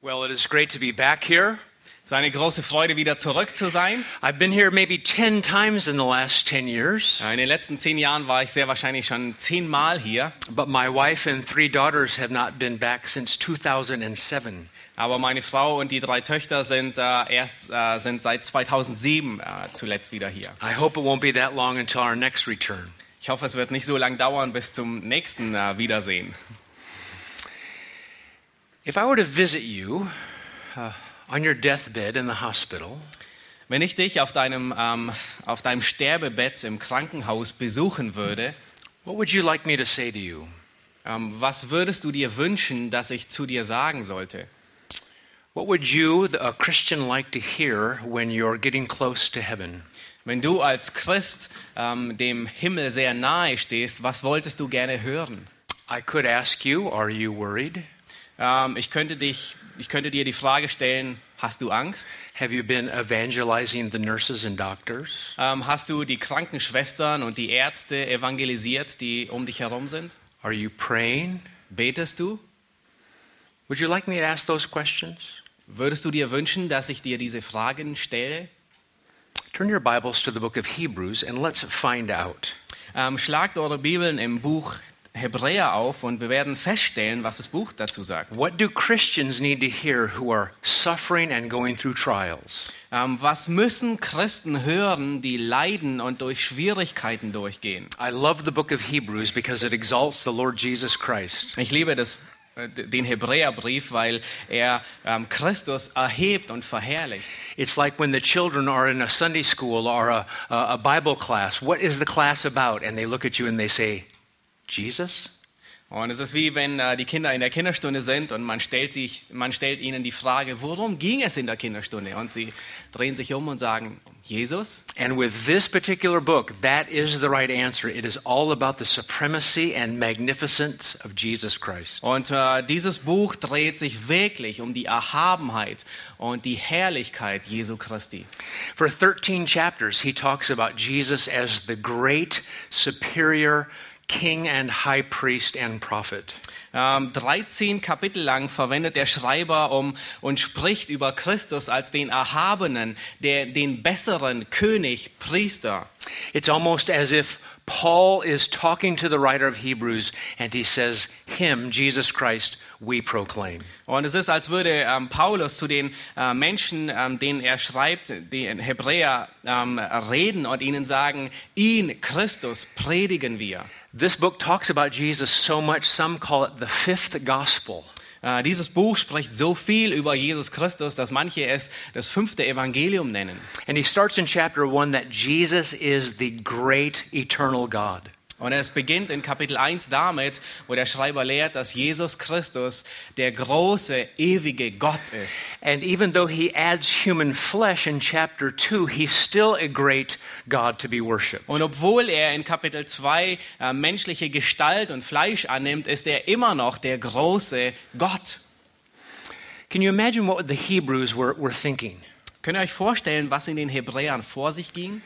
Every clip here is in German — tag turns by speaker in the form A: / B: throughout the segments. A: Well, it is great to be back here.
B: Es ist eine große Freude, wieder zurück zu sein.
A: I've been here maybe 10 times in the last 10 years,
B: In den letzten zehn Jahren war ich sehr wahrscheinlich schon zehnmal hier,
A: but my wife and three daughters have not been back since 2007.
B: aber meine Frau und die drei Töchter sind äh, erst äh, sind seit 2007 äh, zuletzt wieder hier.
A: I hope it won't be that long until our next return.
B: Ich hoffe, es wird nicht so lang dauern bis zum nächsten äh, Wiedersehen.
A: If I were to visit you uh, on your deathbed in the hospital,
B: Wenn ich dich auf deinem ähm, auf deinem Sterbebett im Krankenhaus besuchen würde,
A: what would you like me to say to you?
B: ähm, was würdest du dir wünschen, dass ich zu dir sagen sollte?
A: What would you, a Christian, like to hear when you're getting close to heaven?
B: Wenn du als Christ ähm, dem Himmel sehr nahe stehst, was wolltest du gerne hören?
A: I could ask you, are you worried?
B: Ähm, ich, könnte dich, ich könnte dir die Frage stellen, hast du Angst?
A: Have you been evangelizing the nurses and doctors?
B: Ähm, hast du die Krankenschwestern und die Ärzte evangelisiert, die um dich herum sind?
A: Are you praying?
B: Betest du?
A: Would you like me to ask those questions?
B: Würdest du dir wünschen, dass ich dir diese Fragen stelle?
A: Turn your Bibles to the book of Hebrews and let's find out.
B: Ähm, schlagt eure Bibeln im Buch Hebräer auf und wir werden feststellen, was das Buch dazu sagt.
A: What do Christians need to hear who are suffering and going through trials?
B: Ähm, was müssen Christen hören, die leiden und durch Schwierigkeiten durchgehen?
A: I love the book of Hebrews because it exalts the Lord Jesus Christ.
B: Ich liebe das, äh, den Hebräerbrief, weil er ähm, Christus erhebt und verherrlicht.
A: It's like when the children are in a Sunday school or a, a a Bible class. What is the class about? And they look at you and they say, Jesus?
B: Und es ist wie wenn äh, die Kinder in der Kinderstunde sind und man stellt, sich, man stellt ihnen die Frage, worum ging es in der Kinderstunde? Und sie drehen sich um und sagen, Jesus?
A: And with this particular book, that is the right answer. It is all about the supremacy and magnificence of Jesus Christ.
B: Und äh, dieses Buch dreht sich wirklich um die Erhabenheit und die Herrlichkeit Jesu Christi.
A: For 13 chapters, he talks about Jesus as the great, superior king and high priest and prophet.
B: Ähm, 13 Kapitel lang verwendet der Schreiber um und spricht über Christus als den Erhabenen, der, den besseren König, Priester.
A: It's almost as if Paul is talking to the writer of Hebrews and he says, Him, Jesus Christ, we proclaim.
B: Und es ist, als würde ähm, Paulus zu den äh, Menschen, ähm, denen er schreibt, die in Hebräer ähm, reden und ihnen sagen, ihn, Christus, predigen wir.
A: This book talks about Jesus so much, some call it the fifth gospel.
B: Äh, dieses Buch spricht so viel über Jesus Christus, dass manche es das fünfte Evangelium nennen.
A: And he starts in chapter 1 that Jesus is the great eternal God.
B: Und es beginnt in Kapitel 1 damit, wo der Schreiber lehrt, dass Jesus Christus der große, ewige Gott ist.
A: And even though he adds human flesh in chapter 2, he's still a great God to be worshiped.
B: Und obwohl er in Kapitel 2 äh, menschliche Gestalt und Fleisch annimmt, ist er immer noch der große Gott.
A: Can you imagine what the Hebrews were, were thinking?
B: Könnt ihr euch vorstellen, was in den Hebräern vor sich ging?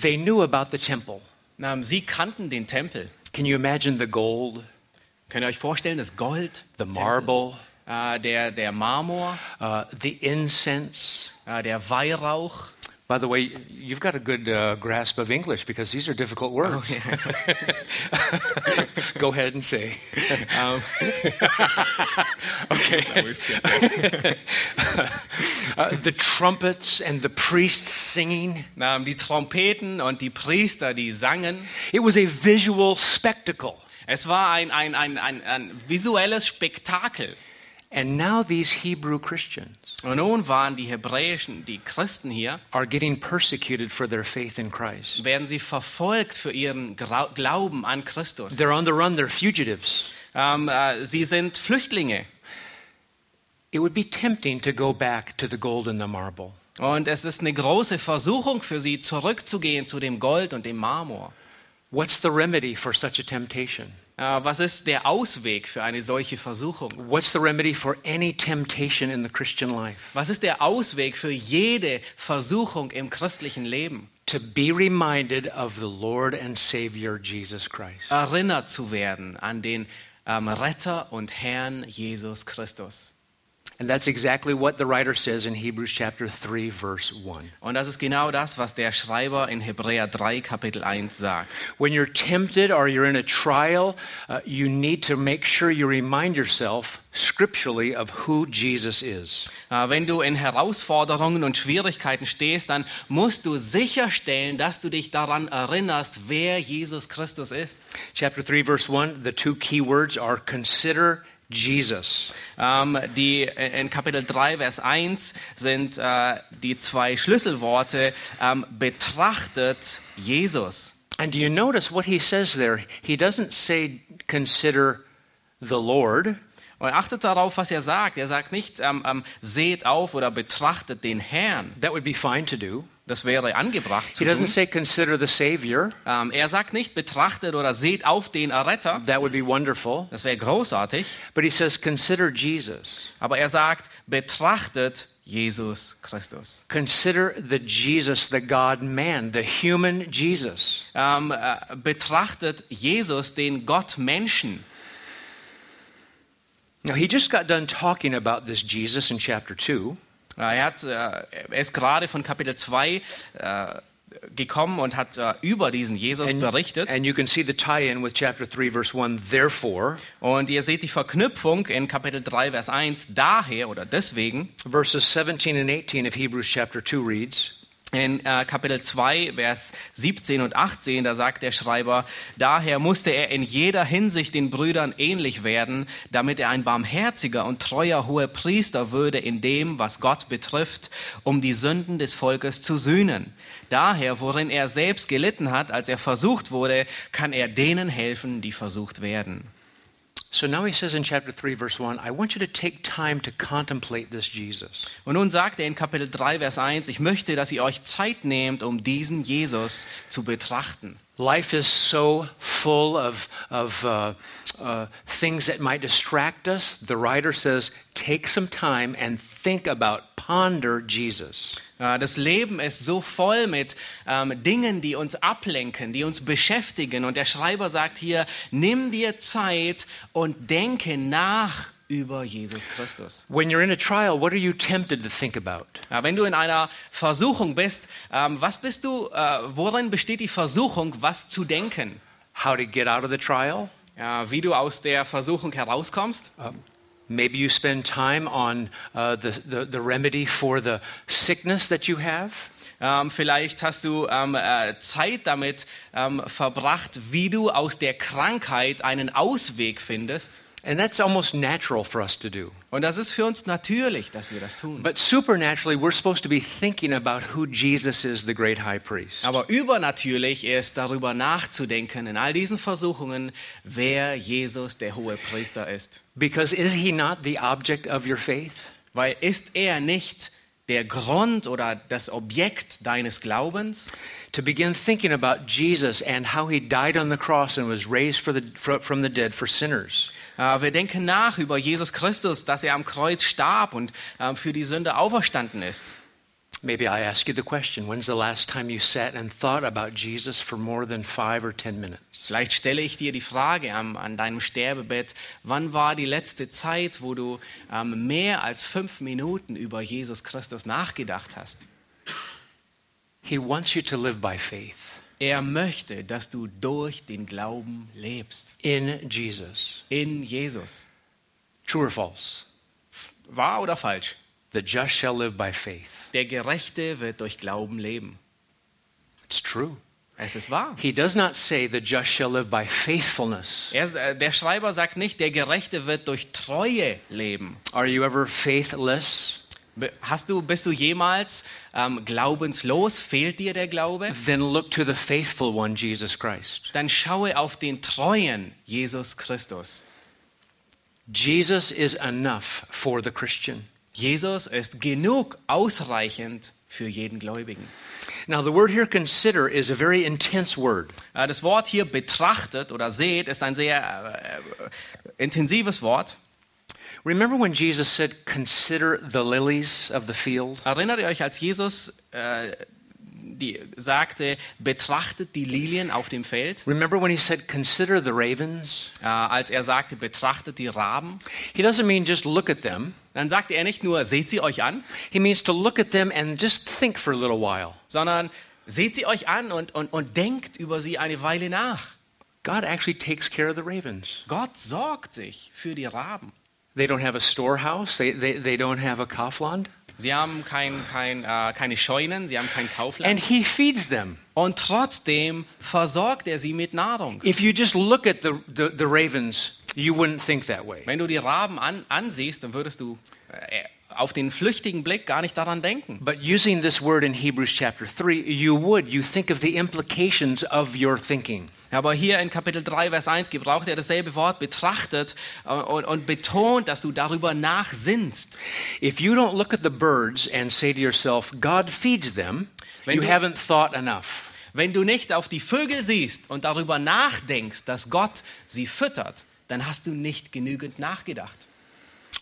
A: They knew about the temple.
B: Na, Ähm, sie kannten den Tempel.
A: Can you imagine the gold,
B: Könnt ihr euch vorstellen, das Gold,
A: the marble,
B: äh, der, der Marmor,
A: uh, the incense?
B: äh, der Weihrauch?
A: By the way, you've got a good uh, grasp of English because these are difficult words. Go ahead and say. okay. uh, the trumpets and the priests singing.
B: Na, ähm, die Trompeten und die Priester, die sangen.
A: It was a visual spectacle.
B: Es war ein, ein, ein, ein, ein visuelles Spektakel.
A: And now these Hebrew Christians
B: Und nun waren die Hebräischen, die Christen hier,
A: are getting persecuted for their faith in Christ.
B: werden sie verfolgt für ihren Grau Glauben an Christus.
A: They're on the run, they're fugitives.
B: Ähm, äh, sie sind Flüchtlinge.
A: It would be tempting to go back to the gold and the marble.
B: Und es ist eine große Versuchung für sie, zurückzugehen zu dem Gold und dem Marmor.
A: What's the remedy for such a temptation?
B: Äh, was ist der Ausweg für eine solche Versuchung?
A: What's the remedy for any temptation in the Christian life?
B: Was ist der Ausweg für jede Versuchung im christlichen Leben?
A: To be reminded of the Lord and Savior Jesus Christ.
B: Erinnert zu werden an den ähm, Retter und Herrn Jesus Christus.
A: And that's exactly what the writer says in Hebrews chapter 3 verse 1.
B: Und das ist genau das, was der Schreiber in Hebräer 3, Kapitel 1 sagt.
A: When you're tempted or you're in a trial, uh, you need to make sure you remind yourself scripturally of who Jesus is.
B: Äh, Wenn du in Herausforderungen und Schwierigkeiten stehst, dann musst du sicherstellen, dass du dich daran erinnerst, wer Jesus Christus ist.
A: Chapter 3 verse 1, the two key words are consider Jesus.
B: Ähm, die, in Kapitel 3, Vers 1 sind äh, die zwei Schlüsselworte ähm, betrachtet Jesus.
A: And do you notice what he says there? He doesn't say consider the Lord.
B: Und achtet darauf, was er sagt. Er sagt nicht, ähm, ähm, seht auf oder betrachtet den Herrn.
A: That would be fine to do.
B: Das wäre angebracht zu
A: He
B: tun.
A: doesn't say consider the Savior.
B: Ähm, er sagt nicht, betrachtet oder seht auf den Erretter.
A: That would be wonderful.
B: Das wäre großartig.
A: But he says consider Jesus.
B: Aber er sagt, betrachtet Jesus Christus.
A: Consider the Jesus, the God man, the human Jesus.
B: Ähm, äh, betrachtet Jesus, den Gott Menschen.
A: Now, he just got done talking about this Jesus in chapter 2,
B: Äh, Er, hat, äh, er ist gerade von Kapitel 2 äh, gekommen und hat äh, über diesen Jesus
A: and,
B: berichtet.
A: and you can see the tie in with chapter 3, verse 1, therefore,
B: Und ihr seht die Verknüpfung in Kapitel 3, Vers 1, daher oder deswegen.
A: verses 17 and 18 of Hebrews chapter 2 reads,
B: In äh, Kapitel 2, Vers 17 und 18, da sagt der Schreiber, daher musste er in jeder Hinsicht den Brüdern ähnlich werden, damit er ein barmherziger und treuer hoher Priester würde in dem, was Gott betrifft, um die Sünden des Volkes zu sühnen. Daher, worin er selbst gelitten hat, als er versucht wurde, kann er denen helfen, die versucht werden.
A: So now he says in chapter 3, verse 1, I want you to take time to contemplate this Jesus.
B: Und nun sagt er in Kapitel 3, Vers 1, ich möchte, dass ihr euch Zeit nehmt, um diesen Jesus zu betrachten.
A: Life is so full of, of uh, uh, things that might distract us. The writer says, take some time and think about, ponder Jesus.
B: Ja, Das Leben ist so voll mit ähm, Dingen, die uns ablenken, die uns beschäftigen. Und der Schreiber sagt hier, nimm dir Zeit und denke nach über Jesus Christus.
A: When you're in a trial, what are you tempted to think about?
B: Ja, wenn du in einer Versuchung bist, ähm, was bist du, äh, worin besteht die Versuchung, was zu denken?
A: How to get out of the trial?
B: Ja, wie du aus der Versuchung herauskommst?
A: Maybe you spend time on uh, the, the, the remedy for the sickness that you have.
B: Ähm, vielleicht hast du ähm, äh, Zeit damit ähm, verbracht, wie du aus der Krankheit einen Ausweg findest.
A: And that's almost natural for us to do.
B: Und das ist für uns natürlich, dass wir das tun.
A: But supernaturally, we're supposed to be thinking about who Jesus is, the great high priest.
B: Aber übernatürlich ist darüber nachzudenken in all diesen Versuchungen, wer Jesus der hohe Priester ist.
A: Because is he not the object of your faith?
B: Weil ist er nicht der Grund oder das Objekt deines Glaubens?
A: To begin thinking about Jesus and how he died on the cross and was raised for the, fro- from the dead for sinners.
B: Äh, Wir denken nach über Jesus Christus, dass er am Kreuz starb und äh, für die Sünde auferstanden ist.
A: Maybe I ask you the question when's the last time you sat and thought about Jesus for more than five or ten minutes?
B: Vielleicht stelle ich dir die Frage am- an deinem Sterbebett, wann war die letzte Zeit, wo du ähm, mehr als fünf Minuten über Jesus Christus nachgedacht hast?
A: He wants you to live by faith
B: Er möchte, dass du durch den Glauben lebst.
A: in Jesus.
B: In Jesus.
A: True or false?
B: Wahr oder falsch?
A: The just shall live by faith.
B: Der Gerechte wird durch Glauben leben.
A: It's true.
B: Es ist wahr.
A: He does not say the just shall live by faithfulness.
B: Er, äh, der Schreiber sagt nicht, der Gerechte wird durch Treue leben.
A: Are you ever faithless?
B: Be- Hast du, bist du jemals ähm, glaubenslos? Fehlt dir der Glaube?
A: Then look to the faithful one, Jesus Christ.
B: Dann schaue auf den treuen Jesus Christus.
A: Jesus is enough for the Christian.
B: Jesus ist genug, ausreichend für jeden Gläubigen.
A: Now, the word here, consider, is a very intense word.
B: Äh, Das Wort hier betrachtet oder seht ist ein sehr äh, äh, intensives Wort.
A: Remember when Jesus said, Consider the lilies of the field?
B: Erinnert ihr euch, als Jesus äh, die sagte, betrachtet die Lilien auf dem Feld.
A: Remember when he said, Consider the ravens?
B: Äh, als er sagte, betrachtet die Raben,
A: He doesn't mean just look at them,
B: dann sagte er nicht nur, seht sie euch an,
A: he means to look at them and just think for a little while.
B: sondern seht sie euch an und, und, und denkt über sie eine Weile nach.
A: God actually takes care of the ravens.
B: Gott sorgt sich für die Raben.
A: They don't have a storehouse, they, they, they don't have a kaufland,
B: Sie haben kein, kein, äh, keine Scheunen, sie haben kein
A: and
B: Kaufland.
A: he feeds them.
B: Und trotzdem versorgt er sie mit Nahrung.
A: If you just look at the, the, the ravens, you wouldn't think that way.
B: Wenn du die Raben an, ansiehst, dann würdest du äh, auf den flüchtigen Blick gar nicht daran denken.
A: But using this word in Hebrews chapter 3, you would. You think of the implications of your thinking.
B: Aber hier in Kapitel 3, Vers 1 gebraucht er dasselbe Wort, betrachtet äh, und, und betont, dass du darüber nachsinnst.
A: If you don't look at the birds and say to yourself, God feeds them,
B: Wenn
A: you
B: du-
A: haven't thought enough.
B: Wenn du nicht auf die Vögel siehst und darüber nachdenkst, dass Gott sie füttert, dann hast du nicht genügend nachgedacht.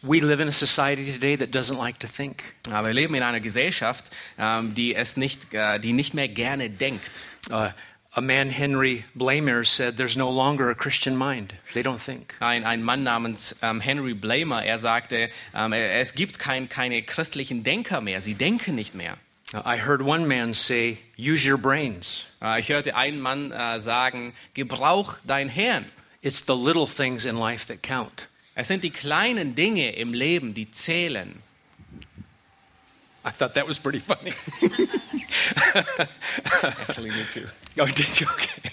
A: We live in a society today that doesn't like to think.
B: Aber wir leben in einer Gesellschaft, ähm, die es nicht, äh, die nicht mehr gerne denkt.
A: Uh, a man, Henry Blamer, said, There's no longer a Christian mind. They don't think.
B: Ein, ein Mann namens ähm, Henry Blamer, er sagte, ähm, äh, es gibt kein, keine christlichen Denker mehr, sie denken nicht mehr.
A: Uh, I heard one man say, Use your brains.
B: Äh, ich hörte einen Mann äh, sagen, gebrauch dein Hirn.
A: It's the little things in life that count.
B: Es sind die kleinen Dinge im Leben, die zählen.
A: I thought that was pretty funny. Oh, did you? Okay.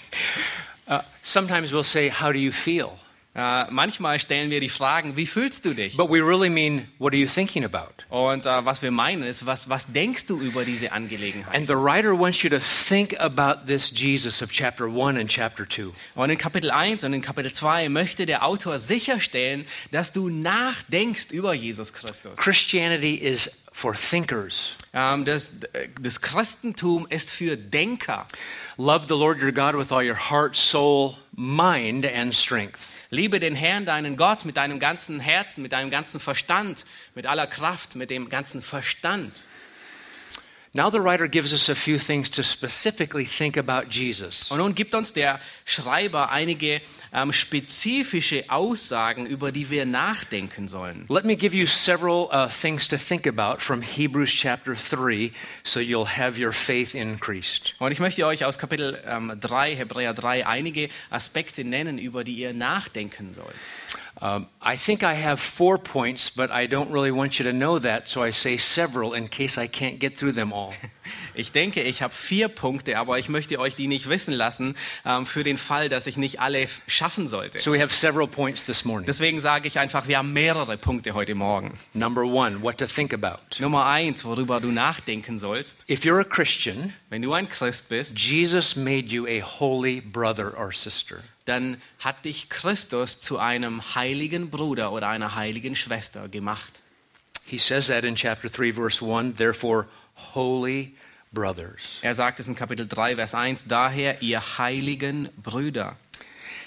A: Uh, sometimes we'll say, How do you feel?
B: Äh, manchmal stellen wir die Fragen, wie fühlst du dich?
A: But we really mean, What are you thinking about?
B: Und äh, was wir meinen ist, was, was denkst du über diese Angelegenheit?
A: And the writer wants you to think about this Jesus of chapter 1 and chapter 2.
B: Und in Kapitel 1 und in Kapitel 2 möchte der Autor sicherstellen, dass du nachdenkst über Jesus Christus.
A: Christianity is for thinkers.
B: Ähm, das, das Christentum ist für Denker.
A: Love the Lord your God with all your heart, soul, mind, and strength.
B: Liebe den Herrn, deinen Gott, mit deinem ganzen Herzen, mit deinem ganzen Verstand, mit aller Kraft, mit dem ganzen Verstand.
A: Now the writer gives us a few things to specifically think about Jesus.
B: Und nun gibt uns der Schreiber einige ähm, spezifische Aussagen, über die wir nachdenken sollen.
A: Let me give you several uh, things to think about from Hebrews chapter 3 so you'll have your faith increased.
B: Und ich möchte euch aus Kapitel ähm, 3, Hebräer 3, einige Aspekte nennen, über die ihr nachdenken sollt.
A: Um, I think I have four points, but I don't really want you to know that, so I say several in case I can't get through them all.
B: Ich denke, ich habe vier Punkte, aber ich möchte euch die nicht wissen lassen, ähm, für den Fall, dass ich nicht alle f- schaffen sollte.
A: So we have several points this morning.
B: Deswegen sage ich einfach, wir haben mehrere Punkte heute Morgen.
A: Number one, what to think about.
B: Nummer eins, worüber du nachdenken sollst,
A: If you're a Christian,
B: wenn du ein Christ bist,
A: Jesus made you a holy brother or sister.
B: dann hat dich Christus zu einem heiligen Bruder oder einer heiligen Schwester gemacht.
A: He says that in chapter 3, verse 1. Therefore, holy brothers.
B: Er sagt es in Kapitel 3, Vers 1, daher ihr heiligen Brüder.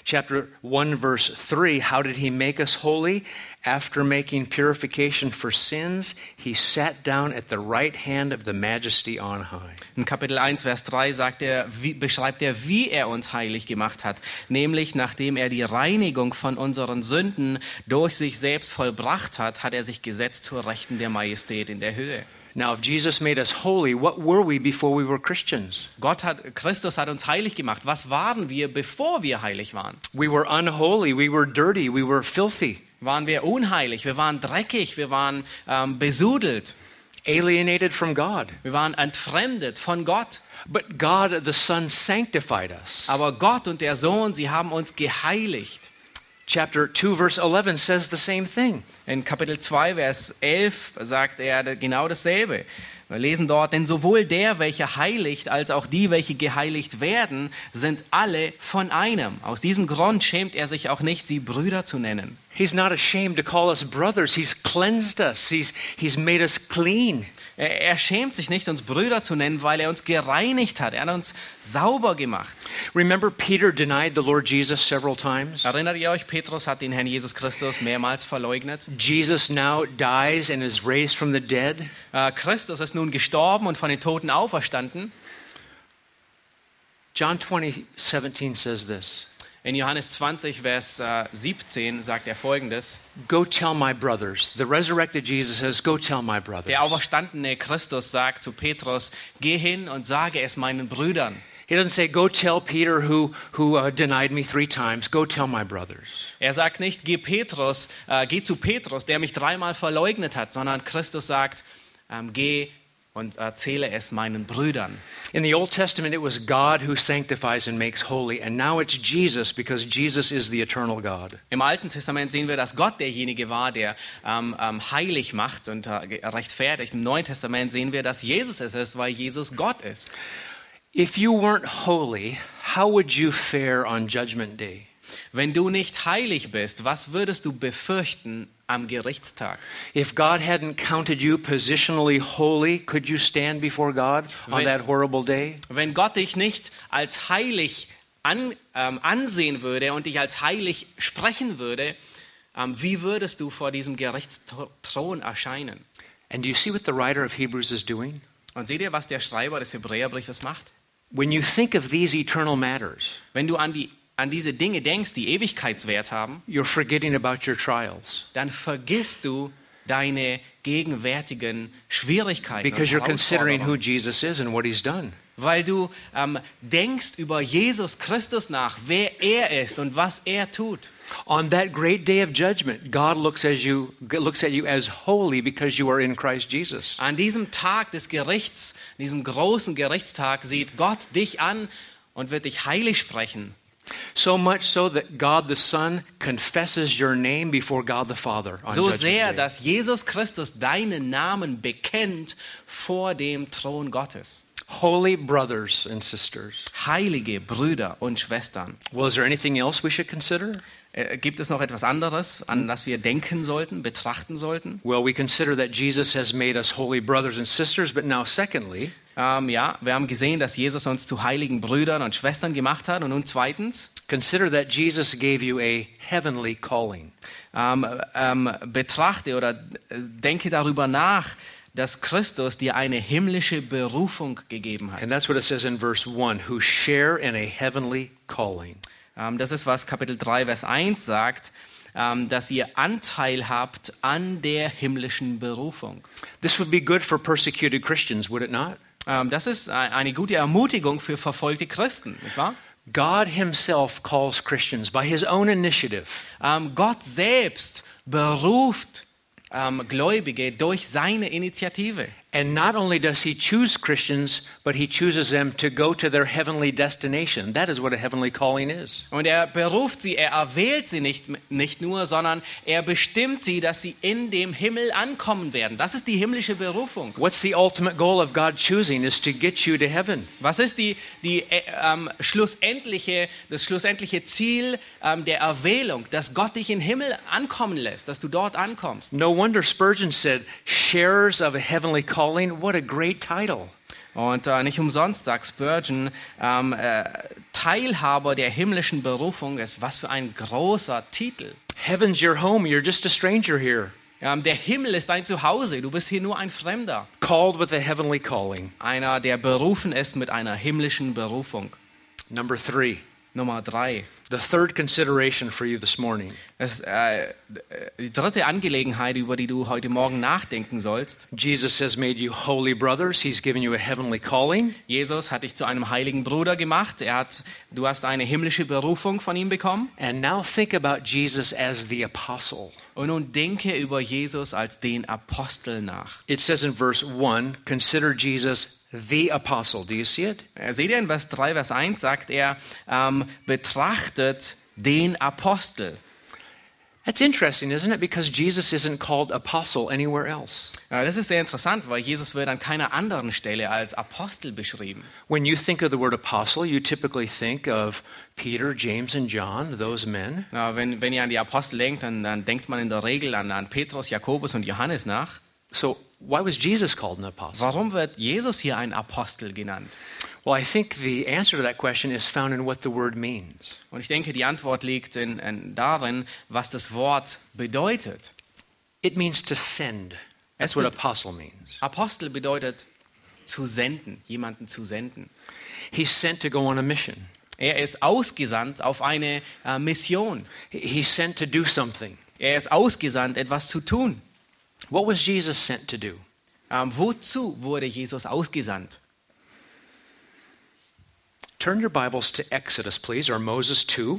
A: Chapter 1, verse 3. How did he make us holy? After making purification for sins, he sat down at the right hand of the majesty on high.
B: In Kapitel 1, Vers 3 sagt er, wie, beschreibt er, wie er uns heilig gemacht hat, nämlich nachdem er die Reinigung von unseren Sünden durch sich selbst vollbracht hat, hat er sich gesetzt zur Rechten der Majestät in der Höhe.
A: Now, if Jesus made us holy, what were we before we were Christians?
B: Gott hat, Christus hat uns heilig gemacht. Was waren wir, bevor wir heilig waren?
A: We were unholy, we were dirty, we were filthy,
B: Waren wir unheilig, wir waren dreckig, wir waren ähm, besudelt,
A: alienated from God.
B: wir waren entfremdet von Gott.
A: But God the Son sanctified us.
B: Aber Gott und der Sohn, sie haben uns geheiligt.
A: Chapter 2, verse 11 says the same thing.
B: In Kapitel 2, Vers 11 sagt er genau dasselbe. Wir lesen dort, denn sowohl der, welcher heiligt, als auch die, welche geheiligt werden, sind alle von einem. Aus diesem Grund schämt er sich auch nicht, sie Brüder zu nennen.
A: He's not ashamed to call us brothers. He's cleansed us. He's, he's made us clean.
B: Er, er schämt sich nicht, uns Brüder zu nennen, weil er uns gereinigt hat. Er hat uns sauber gemacht.
A: Remember, Peter denied the Lord Jesus several times?
B: Erinnert ihr euch, Petrus hat den Herrn Jesus Christus mehrmals verleugnet.
A: Jesus now dies and is raised from the dead.
B: Äh, Christus ist nun gestorben und von den Toten auferstanden.
A: John 20, 17 says this
B: In Johannes 20, Vers äh, 17 sagt er folgendes.
A: Go tell my brothers. The resurrected Jesus says, Go tell my brothers.
B: Der auferstandene Christus sagt zu Petrus, geh hin und sage es meinen Brüdern.
A: He doesn't say, Go tell Peter who, who uh, denied me three times. Go tell my brothers.
B: Er sagt nicht, geh, Petrus, äh, geh zu Petrus, der mich dreimal verleugnet hat, sondern Christus sagt, ähm, geh und erzähle es meinen Brüdern.
A: In the Old Testament, it was God who sanctifies and makes holy, and now it's Jesus because Jesus is the eternal God.
B: Im Alten Testament sehen wir, dass Gott derjenige war, der ähm, ähm, heilig macht und äh, ge- rechtfertigt. Im Neuen Testament sehen wir, dass Jesus es ist, weil Jesus Gott ist.
A: If you weren't holy, how would you fare on Judgment Day?
B: Wenn du nicht heilig bist, was würdest du befürchten am Gerichtstag?
A: If God hadn't counted you positionally holy, could you stand before God on
B: Wenn-
A: that horrible day?
B: Wenn Gott dich nicht als heilig an, ähm, ansehen würde und dich als heilig sprechen würde, ähm, wie würdest du vor diesem Gerichtsthron erscheinen?
A: And do you see what the writer of Hebrews is doing?
B: Und seht ihr, was der Schreiber des Hebräerbriefes macht?
A: When you think of these eternal matters,
B: Wenn du an, die, an diese Dinge denkst, die Ewigkeitswert haben,
A: you're forgetting about your trials
B: dann vergisst du deine gegenwärtigen Schwierigkeiten, und
A: because you're considering who
B: Herausforderungen,
A: Jesus is and what he's done.
B: weil du ähm, denkst über Jesus Christus nach, wer er ist und was er tut.
A: On that great day of judgment, God looks as you looks at you as holy because you are in Christ Jesus.
B: An diesem Tag des Gerichts, diesem großen Gerichtstag, sieht Gott dich an und wird dich heilig sprechen.
A: So much so that God the Son confesses your name before God the Father on
B: So
A: judgment
B: sehr,
A: day.
B: dass Jesus Christus deinen Namen bekennt vor dem Thron Gottes.
A: holy brothers and sisters.
B: Heilige Brüder und Schwestern.
A: Well, is there anything else we should consider?
B: Äh, Gibt es noch etwas anderes, an das wir denken sollten, betrachten sollten?
A: Well, we consider that Jesus has made us holy brothers and sisters, but now secondly,
B: Ähm, ja, wir haben gesehen, dass Jesus uns zu heiligen Brüdern und Schwestern gemacht hat. Und nun zweitens
A: consider that Jesus gave you a heavenly calling.
B: ähm, ähm, betrachte oder äh, denke darüber nach, dass Christus dir eine himmlische Berufung gegeben hat.
A: And that's what it says in verse 1, who share in a heavenly calling.
B: Ähm, das ist, was Kapitel 3, Vers 1 sagt, ähm, dass ihr Anteil habt an der himmlischen Berufung.
A: This would be good for persecuted Christians, would it not?
B: Ähm, das ist e- eine gute Ermutigung für verfolgte Christen, nicht wahr?
A: God himself calls Christians by his own initiative.
B: Ähm, Gott selbst beruft ähm, Gläubige durch seine Initiative.
A: And not only does he choose Christians, but he chooses them to go to their heavenly destination. That is what a heavenly calling is.
B: Und er beruft sie, er erwählt sie nicht, nicht nur, sondern er bestimmt sie, dass sie in dem Himmel ankommen werden. Das ist die himmlische Berufung.
A: What's the ultimate goal of God choosing is to get you to heaven.
B: Was ist die, die, äh, ähm, schlussendliche, das schlussendliche Ziel ähm, der Erwählung, dass Gott dich in den Himmel ankommen lässt, dass du dort ankommst?
A: No wonder Spurgeon said, Sharers of a heavenly calling, what a great title.
B: Und äh, nicht umsonst sagt Spurgeon, ähm, äh, Teilhaber der himmlischen Berufung ist, was für ein großer Titel.
A: Heaven's your home, you're just a stranger here,
B: Ähm, der Himmel ist dein Zuhause, du bist hier nur ein Fremder.
A: called with a heavenly calling.
B: Einer, der berufen ist mit einer himmlischen Berufung.
A: Number three,
B: Nummer drei.
A: the third consideration for you this morning
B: Das, äh, die dritte Angelegenheit, über die du heute Morgen nachdenken sollst.
A: Jesus has made you holy brothers, He's given you a heavenly calling.
B: Jesus hat dich zu einem heiligen Bruder gemacht. Er hat, du hast eine himmlische Berufung von ihm bekommen.
A: And now think about Jesus as the apostle.
B: Und nun denke über Jesus als den Apostel nach.
A: It says in verse 1 consider Jesus the apostle. Do you see it?
B: Äh, Seht ihr in Vers 3, Vers 1 sagt er, ähm, betrachtet den Apostel.
A: That's interesting, isn't it? Because Jesus isn't called apostle anywhere else.
B: Äh, das ist sehr interessant, weil Jesus wird an keiner anderen Stelle als Apostel beschrieben.
A: When you think of the word apostle, you typically think of Peter, James, and John, those men.
B: Äh, wenn, wenn ihr an die Apostel denkt, dann, dann denkt man in der Regel an, an Petrus, Jakobus und Johannes nach.
A: So, why was Jesus called an apostle?
B: Warum wird Jesus hier ein Apostel genannt?
A: Well, I think the answer to that question is found in what the word means.
B: Und ich denke, die Antwort liegt in, in darin, was das Wort bedeutet.
A: It means to send. That's
B: Es
A: what
B: bet-
A: apostle means.
B: Apostel bedeutet zu senden, jemanden zu senden.
A: He's sent to go on a mission,
B: Er ist ausgesandt auf eine äh, Mission.
A: He- he's sent to do something.
B: Er ist ausgesandt, etwas zu tun.
A: What was Jesus sent to do?
B: Ähm, wozu wurde Jesus ausgesandt?
A: Turn your Bibles to Exodus, please, or Moses Uh, 2.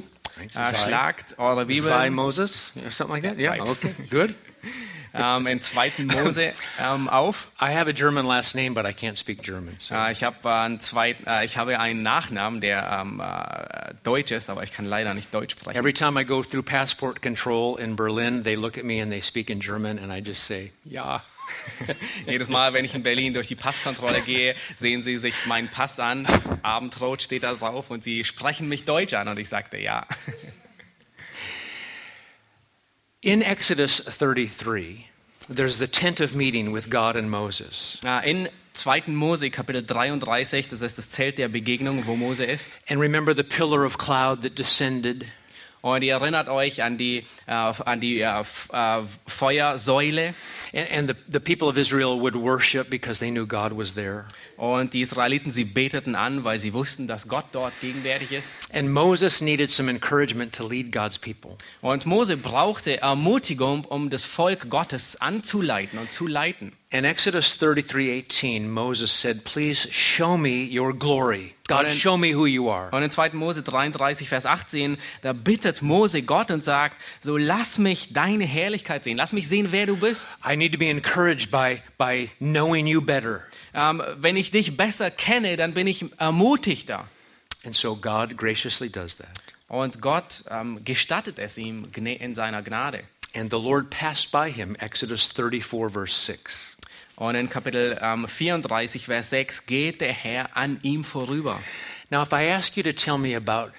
B: Äh, schlagt eure
A: It's
B: Bibel
A: by Moses, or something like that. Yeah,
B: Right.
A: okay, good.
B: ähm, in 2. Mose ähm, auf.
A: I have a German last name, but I can't speak German. So.
B: Äh, ich, hab, äh, einen zweiten, äh, ich habe einen Nachnamen, der ähm, äh, deutsch ist, aber ich kann leider nicht deutsch sprechen.
A: Every time I go through passport control in Berlin, they look at me and they speak in German, and I just say, yeah.
B: Jedes Mal, wenn ich in Berlin durch die Passkontrolle gehe, sehen sie sich meinen Pass an, Abendrot steht da drauf und sie sprechen mich Deutsch an und ich sagte ja.
A: In Exodus 33, there's the tent of meeting with God and Moses.
B: Ah, In 2. Mose Kapitel 33, das ist das Zelt der Begegnung, wo Mose ist.
A: And remember the pillar of cloud that descended?
B: Und ihr erinnert euch an die, äh, an die äh, F- äh, Feuersäule.
A: And, and the, the people of Israel would worship because they knew God was there.
B: Und die Israeliten, sie beteten an, weil sie wussten, dass Gott dort gegenwärtig ist.
A: And Moses needed some encouragement to lead God's people.
B: Und Mose brauchte Ermutigung, um das Volk Gottes anzuleiten und zu leiten.
A: In Exodus 33:18, Moses said, "Please show me your glory. God,
B: Amen.
A: show me who you are."
B: Und in 2. Mose 33, Vers 18, da bittet Mose Gott und sagt, so lass mich deine Herrlichkeit sehen, lass mich sehen, wer du bist.
A: I need to be encouraged by by knowing you better.
B: Ähm, wenn ich dich besser kenne, dann bin ich ermutigter.
A: And so God graciously does that.
B: Und Gott ähm, gestattet es ihm gna- in seiner Gnade.
A: And the Lord passed by him, Exodus 34 verse 6.
B: Und in Kapitel ähm, 34, Vers 6, geht der Herr an ihm vorüber.
A: Now if I ask you to tell me about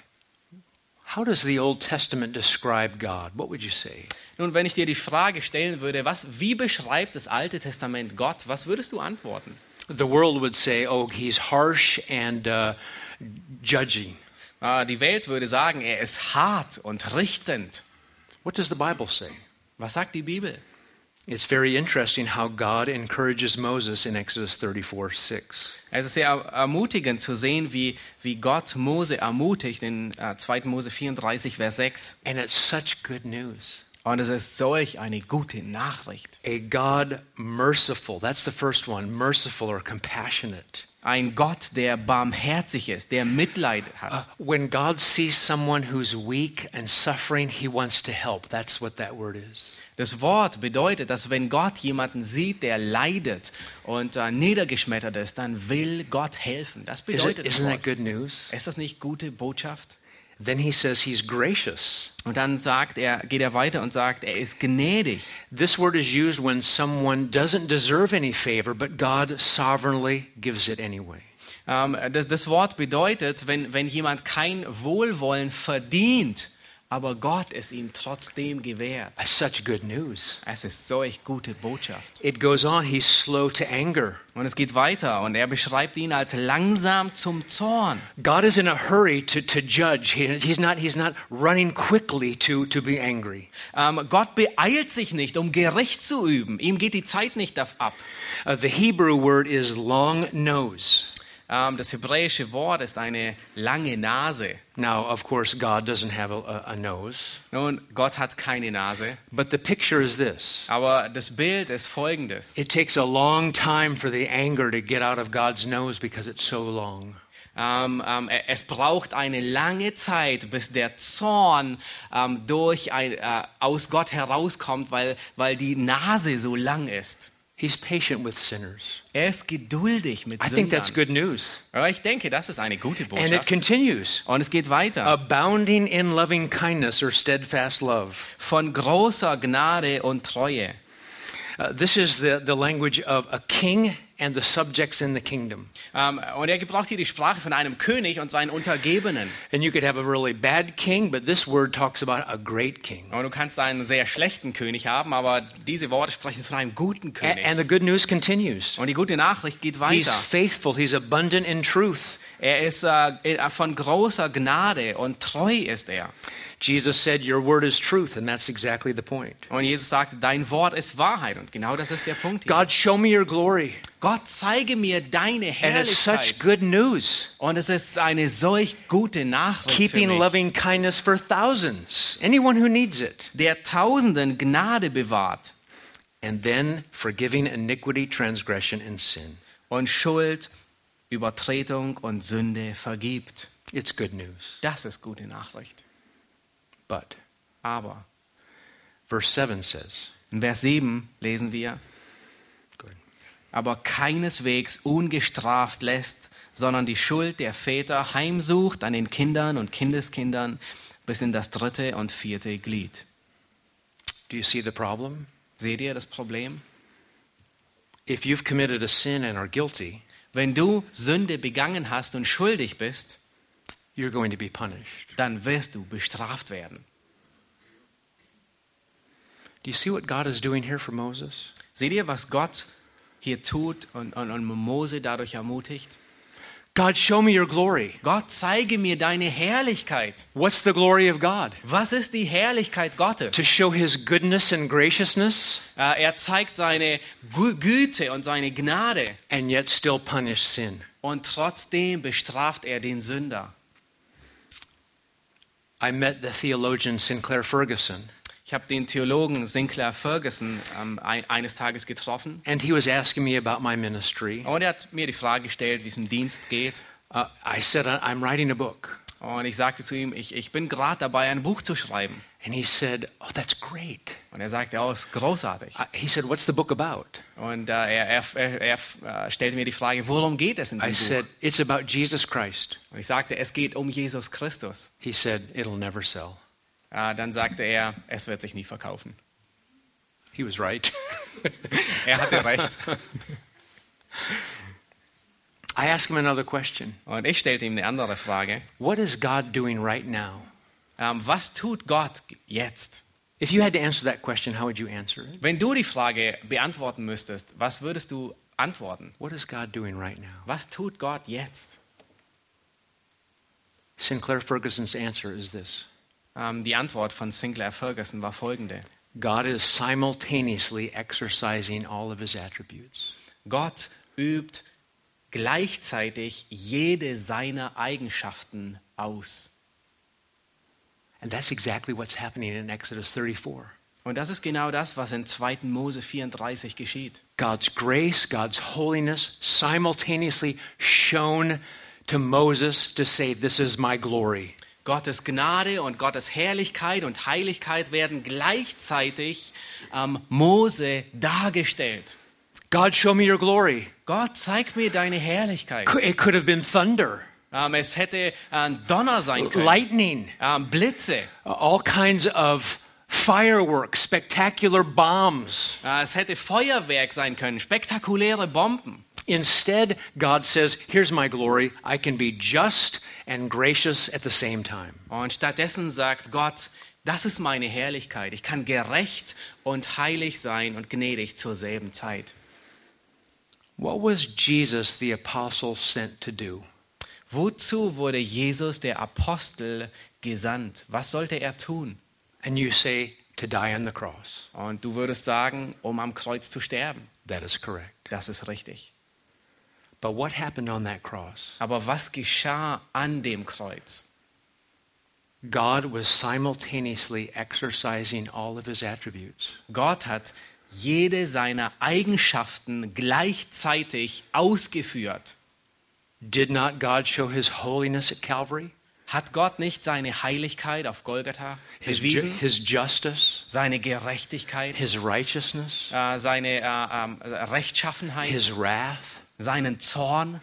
A: how does the Old Testament describe God? What would you say?
B: Nun, wenn ich dir die Frage stellen würde, was, wie beschreibt das Alte Testament Gott, was würdest du antworten?
A: The world would say, "Oh, he's harsh and uh, judging."
B: Äh, die Welt würde sagen, er ist hart und richtend.
A: What does the Bible say?
B: Was sagt die Bibel?
A: It's very interesting how God encourages Moses in Exodus 34 6.
B: Es ist sehr er- ermutigend zu sehen, wie, wie Gott Mose ermutigt in äh, 2. Mose 34, Vers 6.
A: And it's such good news.
B: Und es ist solch eine gute Nachricht.
A: A God merciful, that's the first one, merciful or compassionate.
B: Ein Gott, der barmherzig ist, der Mitleid hat.
A: Uh, When God sees someone who's weak and suffering, he wants to help. That's what that word is.
B: Das Wort bedeutet, dass wenn Gott jemanden sieht, der leidet und äh, niedergeschmettert ist, dann will Gott helfen. Das
A: Is
B: bedeutet das
A: isn't that
B: Wort.
A: good news?
B: Ist das nicht gute Botschaft?
A: Then he says he's gracious.
B: Und dann sagt er, geht er weiter und sagt, er ist gnädig.
A: This word is used when someone doesn't deserve any favor, but God sovereignly gives it anyway.
B: Ähm, das, das Wort bedeutet, wenn, wenn jemand kein Wohlwollen verdient, aber Gott es ihm trotzdem gewährt.
A: Such good news.
B: Es ist solch gute Botschaft.
A: It goes on, he's slow to anger.
B: Und es geht weiter und er beschreibt ihn als langsam zum Zorn.
A: God is in a hurry to, to judge. He- he's, not, he's not running quickly to, to be angry.
B: Ähm, Gott beeilt sich nicht, um Gericht zu üben. Ihm geht die Zeit nicht daf- ab.
A: Uh, the Hebrew word is long nose.
B: Ähm, das hebräische Wort ist eine lange Nase.
A: Now, of course, God doesn't have a, a, a nose,
B: Nun, Gott hat keine Nase,
A: but the picture is this
B: aber das Bild ist folgendes.
A: it takes a long time for the anger to get out of God's nose because it's so long.
B: Ähm, ähm, e- es braucht eine lange Zeit, bis der Zorn ähm, durch ein, äh, aus Gott herauskommt, weil, weil die Nase so lang ist.
A: He's patient with sinners.
B: Er ist geduldig mit
A: I think
B: Sündern.
A: that's good news.
B: Aber ich denke, das ist eine gute
A: And it
B: Botschaft.
A: continues
B: Und es geht weiter.
A: Uh, abounding in loving kindness or steadfast love.
B: Von großer Gnade und Treue.
A: Uh, this is the, the language of a king and the subjects in the kingdom.
B: Ähm, und er gebraucht hier die Sprache von einem König und seinen Untergebenen.
A: And you could have a really bad king, but this word talks about a great king.
B: Und du kannst einen sehr schlechten König haben, aber diese Worte sprechen von einem guten
A: A-
B: König.
A: and the good news continues.
B: Und die gute Nachricht geht
A: He's
B: weiter.
A: faithful, he's abundant in truth.
B: Er ist äh, von großer Gnade und treu ist er.
A: Jesus said, Your word is truth, and that's exactly the point.
B: Und Jesus sagt, dein Wort ist Wahrheit. Und genau das ist der Punkt hier.
A: God, show me your glory.
B: Gott, zeige mir deine
A: And it's such
B: Herrlichkeit.
A: good news.
B: Und es ist eine solch gute Nachricht für
A: Keeping
B: mich,
A: loving kindness for thousands, anyone who needs it.
B: der Tausenden Gnade bewahrt
A: And then forgiving iniquity, transgression, and sin.
B: und Schuld, Übertretung und Sünde vergibt.
A: It's good news.
B: Das ist gute Nachricht.
A: But
B: Aber
A: verse 7 says,
B: in Vers 7 lesen wir,
A: Go ahead.
B: aber keineswegs ungestraft lässt, sondern die Schuld der Väter heimsucht an den Kindern und Kindeskindern bis in das dritte und vierte Glied.
A: Do you see the problem?
B: Seht ihr das Problem?
A: If you've committed a sin and are guilty,
B: Wenn du Sünde begangen hast und schuldig bist,
A: you're going to be punished.
B: dann wirst du bestraft werden.
A: Do you see what God is doing here for Moses?
B: Seht ihr, was Gott hier tut und, und, und Mose dadurch ermutigt?
A: God, show me your glory.
B: Gott, zeige mir deine Herrlichkeit.
A: What's the glory of God?
B: Was ist die Herrlichkeit Gottes?
A: To show his goodness and graciousness
B: Äh, Er zeigt seine Gü- Güte und seine Gnade
A: and yet still punish sin.
B: und trotzdem bestraft er den Sünder.
A: I met the theologian Sinclair Ferguson,
B: Ich habe den Theologen Sinclair Ferguson ähm, ein, eines Tages getroffen
A: and he was asking me about my ministry.
B: und er hat mir die Frage gestellt, wie es im Dienst geht.
A: Uh, I said, "I- I'm writing a book.
B: Und ich sagte zu ihm, ich, ich bin gerade dabei, ein Buch zu schreiben.
A: And he said, Oh, that's great.
B: Und er sagte, oh, ist großartig.
A: I, he said, What's the book about?
B: Und äh, er, er, er, er äh, stellte mir die Frage, worum geht es in
A: I
B: diesem Buch?
A: said, It's about Jesus Christ.
B: Und ich sagte, es geht um Jesus Christus.
A: He said, It'll never sell.
B: Äh, dann sagte er, es wird sich nie verkaufen.
A: He was right.
B: Er hatte recht.
A: I asked him another question
B: Und ich stellte ihm eine andere Frage.
A: What is God doing right now?
B: Ähm, was tut Gott jetzt?
A: If you had to answer that question, how would you answer it?
B: Wenn du die Frage beantworten müsstest, was würdest du antworten?
A: What is God doing right now?
B: Was tut Gott jetzt?
A: Sinclair Ferguson's answer is this
B: Ähm, die Antwort von Sinclair Ferguson war folgende.
A: God is simultaneously exercising all of his attributes.
B: Gott übt gleichzeitig jede seiner Eigenschaften aus.
A: And that's exactly what's happening in Exodus 34.
B: Und das ist genau das, was in 2. Mose 34 geschieht.
A: God's grace, God's holiness simultaneously shown to Moses to say, This is my glory.
B: Gottes Gnade und Gottes Herrlichkeit und Heiligkeit werden gleichzeitig ähm, Mose dargestellt.
A: God, show me your glory.
B: Gott, zeig mir deine Herrlichkeit.
A: Could- It could have been thunder,
B: Ähm, es hätte ein Donner sein können,
A: lightning,
B: ähm, Blitze,
A: all kinds of fireworks, spectacular bombs.
B: äh, es hätte Feuerwerk sein können, spektakuläre Bomben.
A: Instead, God says, Here's my glory. I can be just and gracious at the same time.
B: Und stattdessen sagt Gott, das ist meine Herrlichkeit. Ich kann gerecht und heilig sein und gnädig zur selben Zeit.
A: What was Jesus the apostle sent to do?
B: Wozu wurde Jesus der Apostel gesandt? Was sollte er tun?
A: And you say, To die on the cross.
B: Und du würdest sagen, um am Kreuz zu sterben.
A: That is correct.
B: Das ist richtig.
A: But what happened on that cross?
B: Aber was geschah an dem Kreuz?
A: God was simultaneously exercising all of his attributes.
B: Gott hat jede seiner Eigenschaften gleichzeitig ausgeführt.
A: Did not God show his holiness at Calvary?
B: Hat Gott nicht seine Heiligkeit auf Golgatha
A: His, ju-
B: bewiesen?
A: his justice,
B: Seine Gerechtigkeit?
A: his righteousness,
B: äh, seine äh, ähm, Rechtschaffenheit,
A: his wrath?
B: seinen Zorn.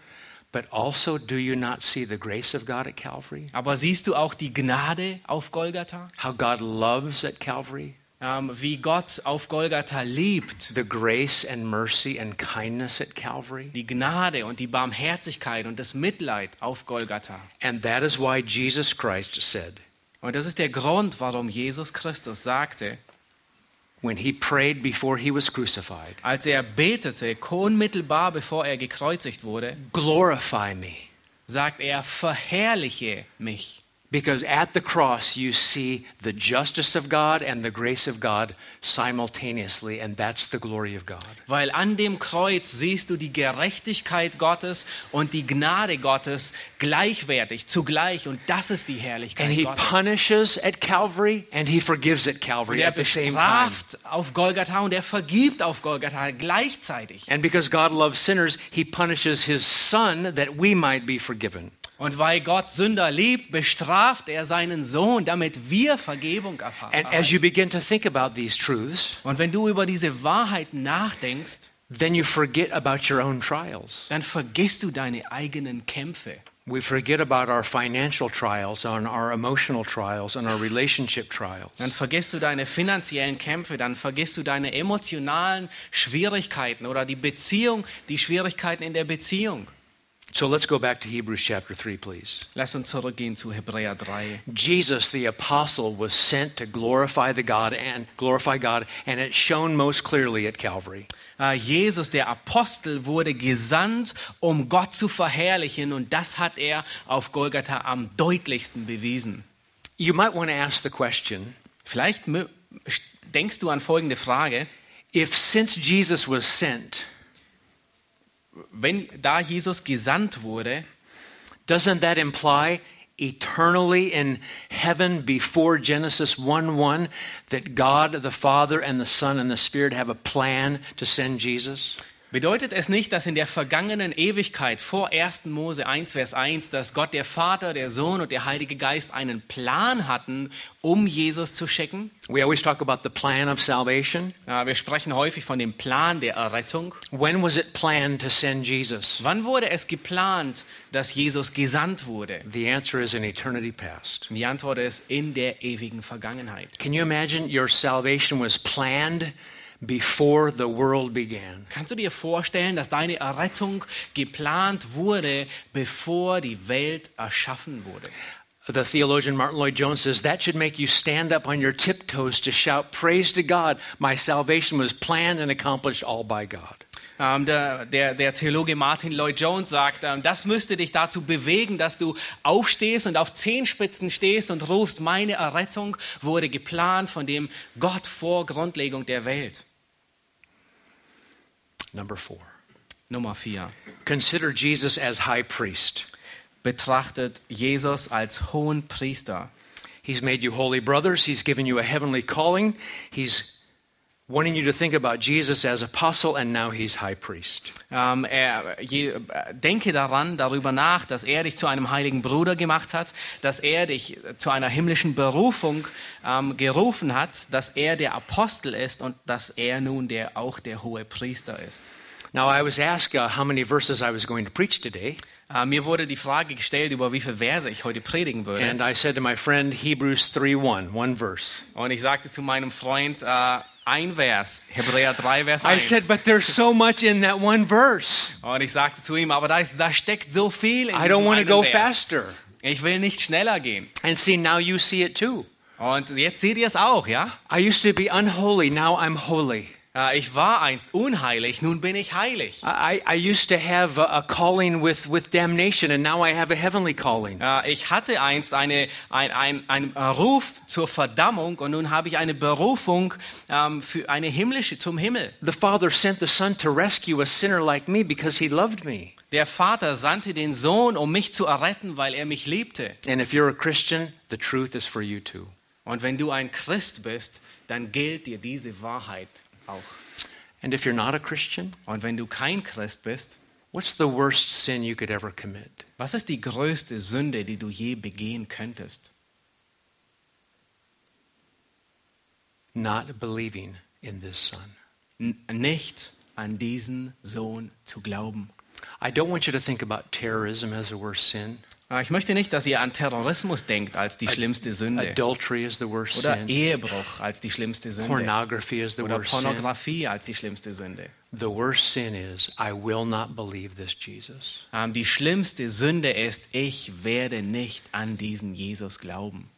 A: But also, do you not see the grace of God at Calvary?
B: Aber siehst du auch die Gnade auf Golgatha?
A: How God loves at Calvary?
B: Ähm, wie Gott auf Golgatha liebt.
A: The grace and mercy and kindness at Calvary?
B: Die Gnade und die Barmherzigkeit und das Mitleid auf Golgatha.
A: And that is why Jesus Christ said,
B: Und das ist der Grund, warum Jesus Christus sagte,
A: when he prayed before he was crucified,
B: als er betete, unmittelbar bevor er gekreuzigt wurde,
A: glorify me
B: sagt er, verherrliche mich.
A: Because at the cross, you see the justice of God and the grace of God simultaneously, and that's the glory of God.
B: Weil an dem Kreuz siehst du die Gerechtigkeit Gottes und die Gnade Gottes gleichwertig, zugleich. Und das ist die Herrlichkeit
A: And He
B: Gottes.
A: punishes at Calvary and He forgives at Calvary
B: der
A: at the same time.
B: bestraft auf Golgatha und er vergibt auf Golgatha gleichzeitig.
A: And because God loves sinners, He punishes His Son that we might be forgiven.
B: Und weil Gott Sünder liebt, bestraft er seinen Sohn, damit wir Vergebung
A: And
B: erfahren.
A: as you begin to think about these truths,
B: Und wenn du über diese Wahrheiten nachdenkst,
A: then you forget about your own trials.
B: dann vergisst du deine eigenen Kämpfe.
A: We forget about our financial trials, on our emotional trials, on our relationship trials.
B: Dann vergisst du deine finanziellen Kämpfe, dann vergisst du deine emotionalen Schwierigkeiten oder die Beziehung, die Schwierigkeiten in der Beziehung.
A: So let's go back to Hebrews chapter 3, please.
B: Lass uns zurückgehen zu Hebräer 3.
A: Jesus the apostle was sent to glorify the God and glorify God and it's shown most clearly at Calvary.
B: Äh, Jesus, der Apostel, wurde gesandt, um Gott zu verherrlichen und das hat er auf Golgatha am deutlichsten bewiesen.
A: You might want to ask the question,
B: Vielleicht mö- st- denkst du an folgende Frage,
A: if since Jesus was sent,
B: wenn da Jesus gesandt wurde,
A: doesn't that imply eternally in heaven before Genesis 1:1 that God the Father and the Son and the Spirit have a plan to send Jesus?
B: Bedeutet es nicht, dass in der vergangenen Ewigkeit vor 1. Mose 1, Vers 1, dass Gott der Vater, der Sohn und der Heilige Geist einen Plan hatten, um Jesus zu schicken?
A: We always talk about the plan of salvation.
B: Ja, wir sprechen häufig von dem Plan der Errettung.
A: When was it planned to send Jesus?
B: Wann wurde es geplant, dass Jesus gesandt wurde?
A: The answer is in eternity past.
B: Die Antwort ist in der ewigen Vergangenheit.
A: Can you imagine your salvation was planned before the world began?
B: Kannst du dir vorstellen, dass deine Errettung geplant wurde, bevor die Welt erschaffen wurde?
A: The theologian Martin Lloyd Jones says that should make you stand up on your tiptoes to shout praise to God. My salvation was planned and accomplished all by God.
B: Ähm, der, der, der Theologe Martin Lloyd Jones sagt, ähm, das müsste dich dazu bewegen, dass du aufstehst und auf Zehenspitzen stehst und rufst, meine Errettung wurde geplant von dem Gott vor Grundlegung der Welt.
A: Number 4.
B: Nummer vier.
A: Consider Jesus as high priest.
B: Betrachtet Jesus als hohen Priester.
A: He's made you holy brothers, he's given you a heavenly calling. He's wanting you to think about Jesus as apostle and now he's high priest.
B: Ähm, er, je, äh, denke daran, darüber nach, dass er dich zu einem heiligen Bruder gemacht hat, dass er dich zu einer himmlischen Berufung ähm, gerufen hat, dass er der Apostel ist und dass er nun der, auch der hohe Priester ist.
A: Now I was asked uh, how many verses I was going to preach today.
B: Äh, mir wurde die Frage gestellt, über wie viele Verse ich heute predigen würde.
A: And I said to my friend, Hebrews 3 1, one verse.
B: und ich sagte zu meinem Freund, äh, ein Vers, Hebräer 3, Vers
A: I
B: 1.
A: said, but there's so much in that one verse.
B: und ich sagte zu ihm, aber da, ist, da steckt so viel in
A: I
B: diesem
A: don't want to
B: einen
A: go
B: Vers.
A: faster.
B: Ich will nicht schneller gehen.
A: And see, now you see it too.
B: Und jetzt seht ihr es auch, ja?
A: I used to be unholy, now I'm holy.
B: Äh, Ich war einst unheilig, nun bin ich heilig.
A: I, I I used to have a, a calling with, with damnation, and now I have a heavenly calling.
B: Äh, Ich hatte einst eine, ein, ein, einen Ruf zur Verdammung und nun habe ich eine Berufung ähm, für eine himmlische zum Himmel.
A: The Father sent the Son to rescue a sinner like me because he loved me.
B: Der Vater sandte den Sohn, um mich zu erretten, weil er mich liebte.
A: And if you're a Christian, the truth is for you too.
B: Und wenn du ein Christ bist, dann gilt dir diese Wahrheit auch.
A: And if you're not a Christian,
B: Und wenn du kein Christ bist,
A: what's the worst sin you could ever commit?
B: was ist die größte Sünde, die du je begehen könntest?
A: Not believing in this Son.
B: N nicht an diesen Sohn zu glauben.
A: I don't want you to think about terrorism as the worst sin.
B: Ah, Ich möchte nicht, dass ihr an Terrorismus denkt als die schlimmste Sünde
A: Adultery is the worst
B: oder
A: sin.
B: Ehebruch als die schlimmste Sünde
A: Pornography is the
B: oder
A: worst sin.
B: Pornografie als die schlimmste Sünde.
A: The worst sin is, I will not believe this Jesus.
B: Ähm, Die schlimmste Sünde ist, ich werde nicht an diesen Jesus glauben.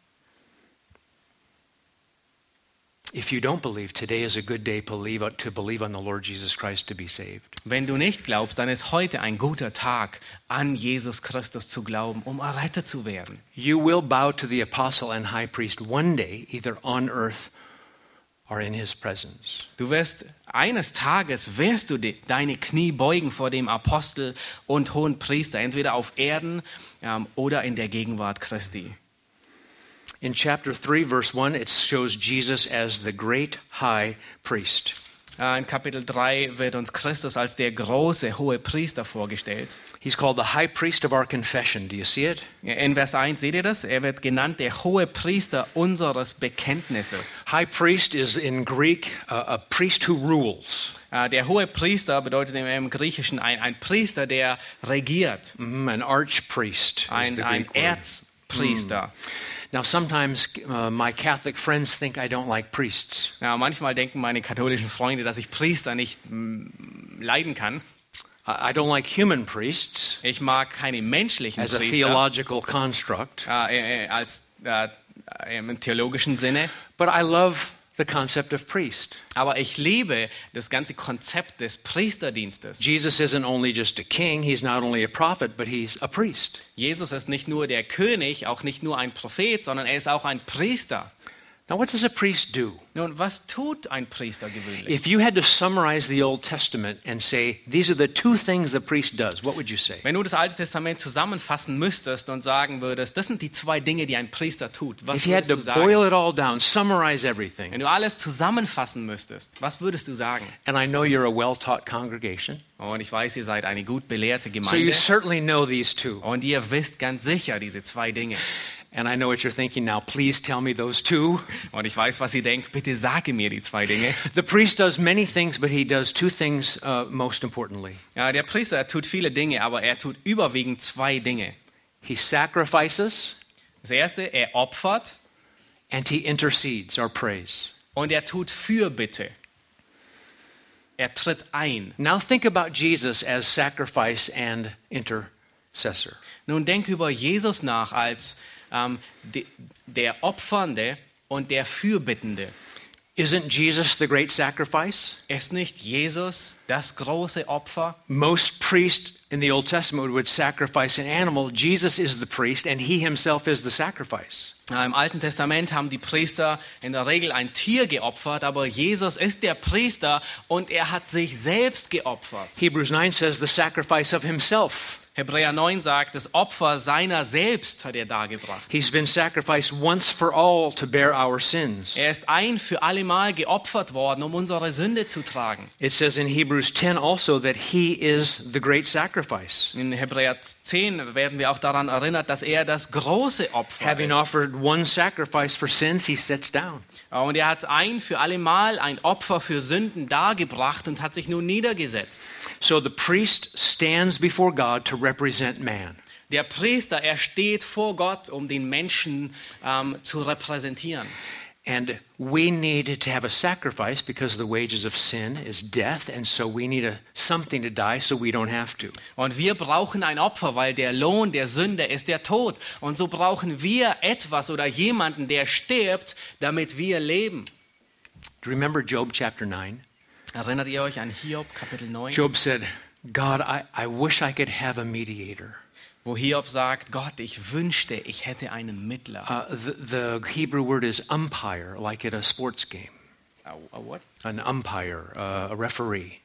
A: If you don't believe, today is a good day believe, to believe on the Lord Jesus Christ to be saved.
B: Wenn du nicht glaubst, dann ist heute ein guter Tag, an Jesus Christus zu glauben, um errettet zu werden.
A: You will bow to the apostle and high priest one day, either on earth or in his presence.
B: Du wirst eines Tages wirst du de, deine Knie beugen vor dem Apostel und hohen Priester, entweder auf Erden ähm, oder in der Gegenwart Christi.
A: In chapter 3, verse 1, it shows Jesus as the great high priest.
B: Äh, in Kapitel 3 wird uns Christus als der große hohe Priester vorgestellt.
A: He's called the high priest of our confession. Do you see it?
B: Äh, In Vers 1 seht ihr das? Er wird genannt der hohe Priester unseres Bekenntnisses.
A: High priest is in Greek uh, a, a priest who rules.
B: Äh, Der hohe Priester bedeutet im Griechischen ein, ein Priester, der regiert,
A: Mhm, an archpriest is
B: ein,
A: the
B: ein
A: Greek word.
B: Erzpriester.
A: Hm. Now, sometimes uh, my Catholic friends think I don't like priests.
B: Ja, manchmal denken meine katholischen Freunde, dass ich Priester nicht mm, leiden kann.
A: I I don't like human priests
B: Ich mag keine menschlichen
A: as a
B: Priester
A: theological construct,
B: äh, äh, als äh, äh, im theologischen Sinne,
A: but I love the concept of priest.
B: aber ich liebe das ganze Konzept des Priesterdienstes.
A: Jesus isn't only just a king, he's not only a prophet, but he's a priest.
B: Jesus ist nicht nur der König, auch nicht nur ein Prophet, sondern er ist auch ein Priester.
A: Now, what does a priest do?
B: Nun, was tut ein Priester gewöhnlich?
A: If you had to summarize the Old Testament and say, these are the two things the priest does, what would you say?
B: Wenn du das Alte Testament zusammenfassen müsstest und sagen würdest, das sind die zwei Dinge, die ein Priester tut, was
A: If you had
B: würdest
A: to
B: du sagen?
A: boil it all down, summarize everything,
B: Wenn du alles zusammenfassen müsstest, was würdest du sagen? Oh,
A: and I know you're a well taught congregation,
B: Und ich weiß, ihr seid eine gut
A: so
B: belehrte
A: you
B: Gemeinde.
A: certainly know these two.
B: Und ihr wisst ganz sicher diese zwei Dinge.
A: And I know what you're thinking now. Please tell me those two.
B: Und ich weiß, was ihr denkt. Bitte sage mir die zwei Dinge.
A: The priest does many things, but he does two things uh, most importantly.
B: Ja, der Priester tut viele Dinge, aber er tut überwiegend zwei Dinge.
A: He sacrifices
B: Das erste, er opfert
A: and he intercedes or prays.
B: und er tut Fürbitte. Er tritt ein.
A: Now think about Jesus as sacrifice and intercessor.
B: Nun denk über Jesus nach als ähm, de, der Opfernde und der Fürbittende.
A: Isn't Jesus the great sacrifice?
B: Ist nicht Jesus das große Opfer?
A: Most priests in the Old Testament would sacrifice an animal. Jesus is the priest, and he himself is the sacrifice.
B: Ja, Im Alten Testament haben die Priester in der Regel ein Tier geopfert, aber Jesus ist der Priester und er hat sich selbst geopfert.
A: Hebrews 9 says the sacrifice of himself.
B: Hebräer 9 sagt, das Opfer seiner selbst hat er dargebracht.
A: He's been sacrificed once for all to bear our sins.
B: Er ist ein für allemal geopfert worden, um unsere Sünde zu tragen.
A: It says in Hebrews 10 also that he is the great sacrifice.
B: In Hebräer 10 werden wir auch daran erinnert, dass er das große Opfer
A: Having
B: ist.
A: offered one sacrifice for sins, he sits down.
B: Und er hat ein für allemal ein Opfer für Sünden dargebracht und hat sich nun niedergesetzt.
A: So the priest stands before God to represent man.
B: Der Priester, er steht vor Gott, um den Menschen ähm, zu repräsentieren.
A: And we need to have a sacrifice because the wages of sin is death, and so we need a, something to die so we don't have to.
B: Und wir brauchen ein Opfer, weil der Lohn der Sünde ist der Tod. Und so brauchen wir etwas oder jemanden, der stirbt, damit wir leben.
A: Do you remember Job chapter 9?
B: Erinnert ihr euch an Hiob Kapitel 9,
A: Job said, God, I, I wish I could have a mediator.
B: wo Hiob sagt, Gott, ich wünschte, ich hätte einen Mittler.
A: Uh, the, the Hebrew word is umpire, like at a sports game.
B: A- a what?
A: an umpire, uh, a referee,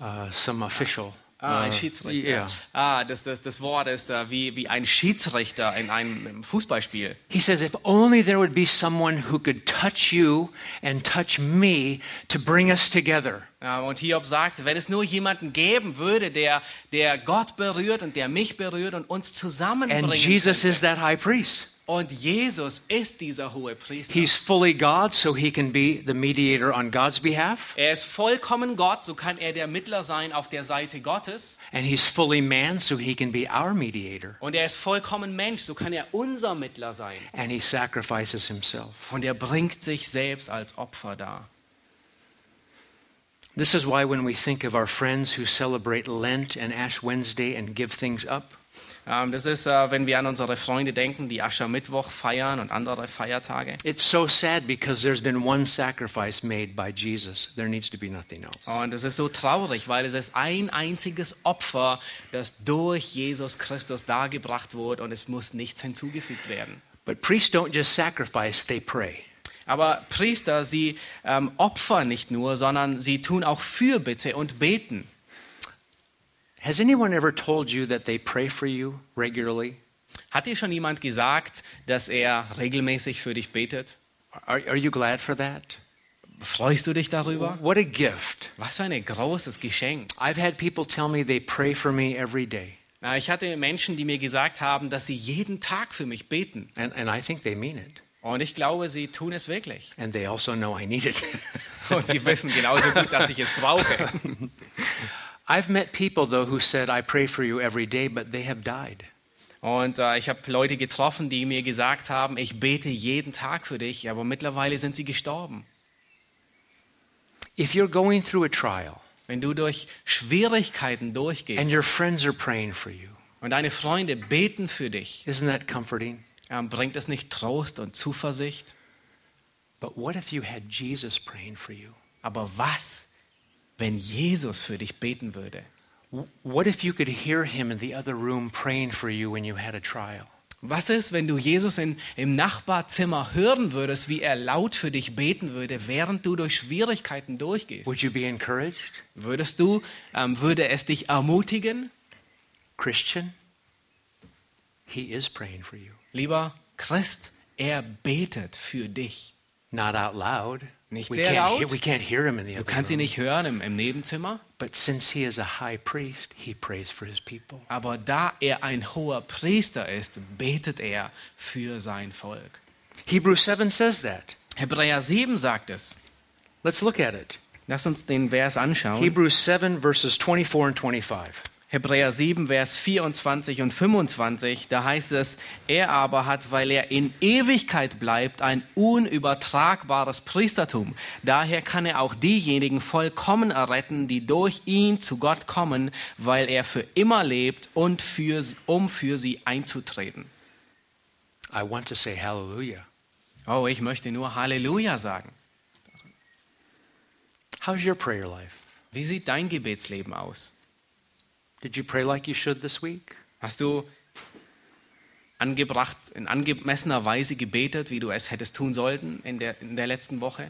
A: uh, some official.
B: Ah, ein
A: uh,
B: Schiedsrichter.
A: Yeah.
B: Ah, das, das, das Wort ist äh, wie, wie ein Schiedsrichter in einem Fußballspiel.
A: He says, if only there would be someone who could touch you and touch me to bring us together.
B: Ja, Und Hiob sagt, wenn es nur jemanden geben würde, der, der Gott berührt und der mich berührt und uns
A: And
B: zusammenbringt.
A: Jesus is that high priest.
B: und Jesus ist dieser hohe Priester.
A: He's fully God, so he can be the mediator on God's behalf,
B: Er ist vollkommen Gott, so kann er der Mittler sein auf der Seite Gottes.
A: and he's fully man, so he can be our mediator.
B: Und er ist vollkommen Mensch, so kann er unser Mittler sein.
A: And he sacrifices himself.
B: Und er bringt sich selbst als Opfer dar.
A: This is why when we think of our friends who celebrate Lent and Ash Wednesday and give things up,
B: Ähm, das ist, äh, wenn wir an unsere Freunde denken, die Aschermittwoch feiern und andere Feiertage.
A: it's so sad because there's been one sacrifice made by Jesus. There needs to be nothing else.
B: Und es ist so traurig, weil es ist ein einziges Opfer, das durch Jesus Christus dargebracht wurde und es muss nichts hinzugefügt werden.
A: But priests don't just sacrifice, they pray.
B: Aber Priester, sie ähm, opfern nicht nur, sondern sie tun auch Fürbitte und beten.
A: Has anyone ever told you that they pray for you regularly?
B: Hat dir schon jemand gesagt, dass er regelmäßig für dich betet?
A: Are, are you glad for that?
B: Freust du dich darüber?
A: What a gift.
B: Was für ein großes Geschenk.
A: I've had people tell me they pray for me every day,
B: Na, Ich hatte Menschen, die mir gesagt haben, dass sie jeden Tag für mich beten.
A: and, and I think they mean it.
B: Und ich glaube, sie tun es wirklich.
A: And they also know I need it.
B: Und sie wissen genauso gut, dass ich es brauche.
A: I've met people, though, who said, I pray for you every day, but they have died.
B: Und äh, ich habe Leute getroffen, die mir gesagt haben, ich bete jeden Tag für dich, aber mittlerweile sind sie gestorben.
A: If you're going through a trial
B: Wenn du durch Schwierigkeiten
A: and
B: durchgehst
A: your friends are praying for you,
B: und deine Freunde beten für dich,
A: isn't that comforting?
B: ähm, bringt es nicht Trost und Zuversicht?
A: But what if you had Jesus praying for you?
B: Aber was, wenn Jesus für dich beten würde?
A: W- What if you could hear him in the other room praying for you when you had a trial?
B: Was ist, wenn du Jesus in, im Nachbarzimmer hören würdest, wie er laut für dich beten würde, während du durch Schwierigkeiten durchgehst?
A: Would you be encouraged?
B: Würdest du, ähm, würde es dich ermutigen?
A: Christian, he is praying for you.
B: Lieber Christ, er betet für dich.
A: Not out loud.
B: Nicht
A: we,
B: sehr
A: can't
B: laut.
A: Hear, we can't hear him in the
B: Du
A: other
B: kannst ihn
A: room.
B: nicht hören im, im Nebenzimmer,
A: But since he is a high priest, he prays for his people.
B: aber da er ein hoher Priester ist, betet er für sein Volk.
A: Hebrews 7 says that.
B: Hebräer 7 sagt es.
A: Let's look at it.
B: Lass uns den Vers anschauen.
A: Hebrews 7, verses 24 and 25.
B: Hebräer 7, Vers 24 und 25, da heißt es, er aber hat, weil er in Ewigkeit bleibt, ein unübertragbares Priestertum. Daher kann er auch diejenigen vollkommen erretten, die durch ihn zu Gott kommen, weil er für immer lebt und für, um für sie einzutreten.
A: I want to say hallelujah.
B: Oh, ich möchte nur Halleluja sagen.
A: How's your prayer life?
B: Wie sieht dein Gebetsleben aus?
A: Did you pray like you should this week?
B: Hast du angebracht, in angemessener Weise gebetet, wie du es hättest tun sollten in der, in der letzten Woche?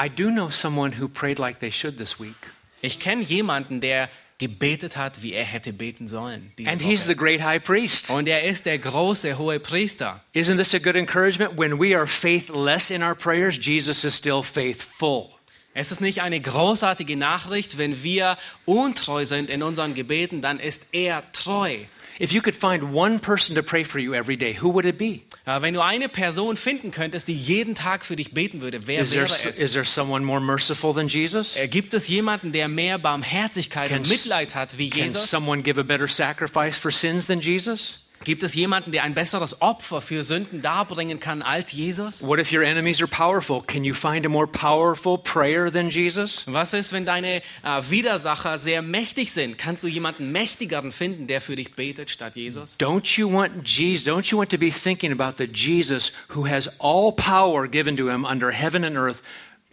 A: I do know someone who prayed like they should this week.
B: Ich kenne jemanden, der gebetet hat, wie er hätte beten sollen. diese
A: And he's
B: Woche.
A: the great high priest.
B: Und er ist der große hohe Priester.
A: Isn't this a good encouragement? When we are faithless in our prayers, Jesus is still faithful.
B: Es ist nicht eine großartige Nachricht, wenn wir untreu sind in unseren Gebeten, dann ist er treu.
A: If you could find one person to pray for you every day, who would it be?
B: Äh, Wenn du eine Person finden könntest, die jeden Tag für dich beten würde, wer
A: Is there,
B: wäre
A: s-
B: es?
A: is there someone more merciful than Jesus?
B: Äh, Gibt es jemanden, der mehr Barmherzigkeit
A: Can
B: und
A: s-
B: Mitleid hat wie
A: Can
B: Jesus?
A: someone give a better sacrifice for sins than Jesus?
B: Gibt es jemanden, der ein besseres Opfer für Sünden darbringen kann als Jesus?
A: What if your enemies are powerful? Can you find a more powerful prayer than Jesus?
B: Was ist, wenn deine äh, Widersacher sehr mächtig sind? Kannst du jemanden mächtigeren finden, der für dich betet statt Jesus?
A: Don't you want Jesus? Don't you want to be thinking about the Jesus who has all power given to him under heaven and earth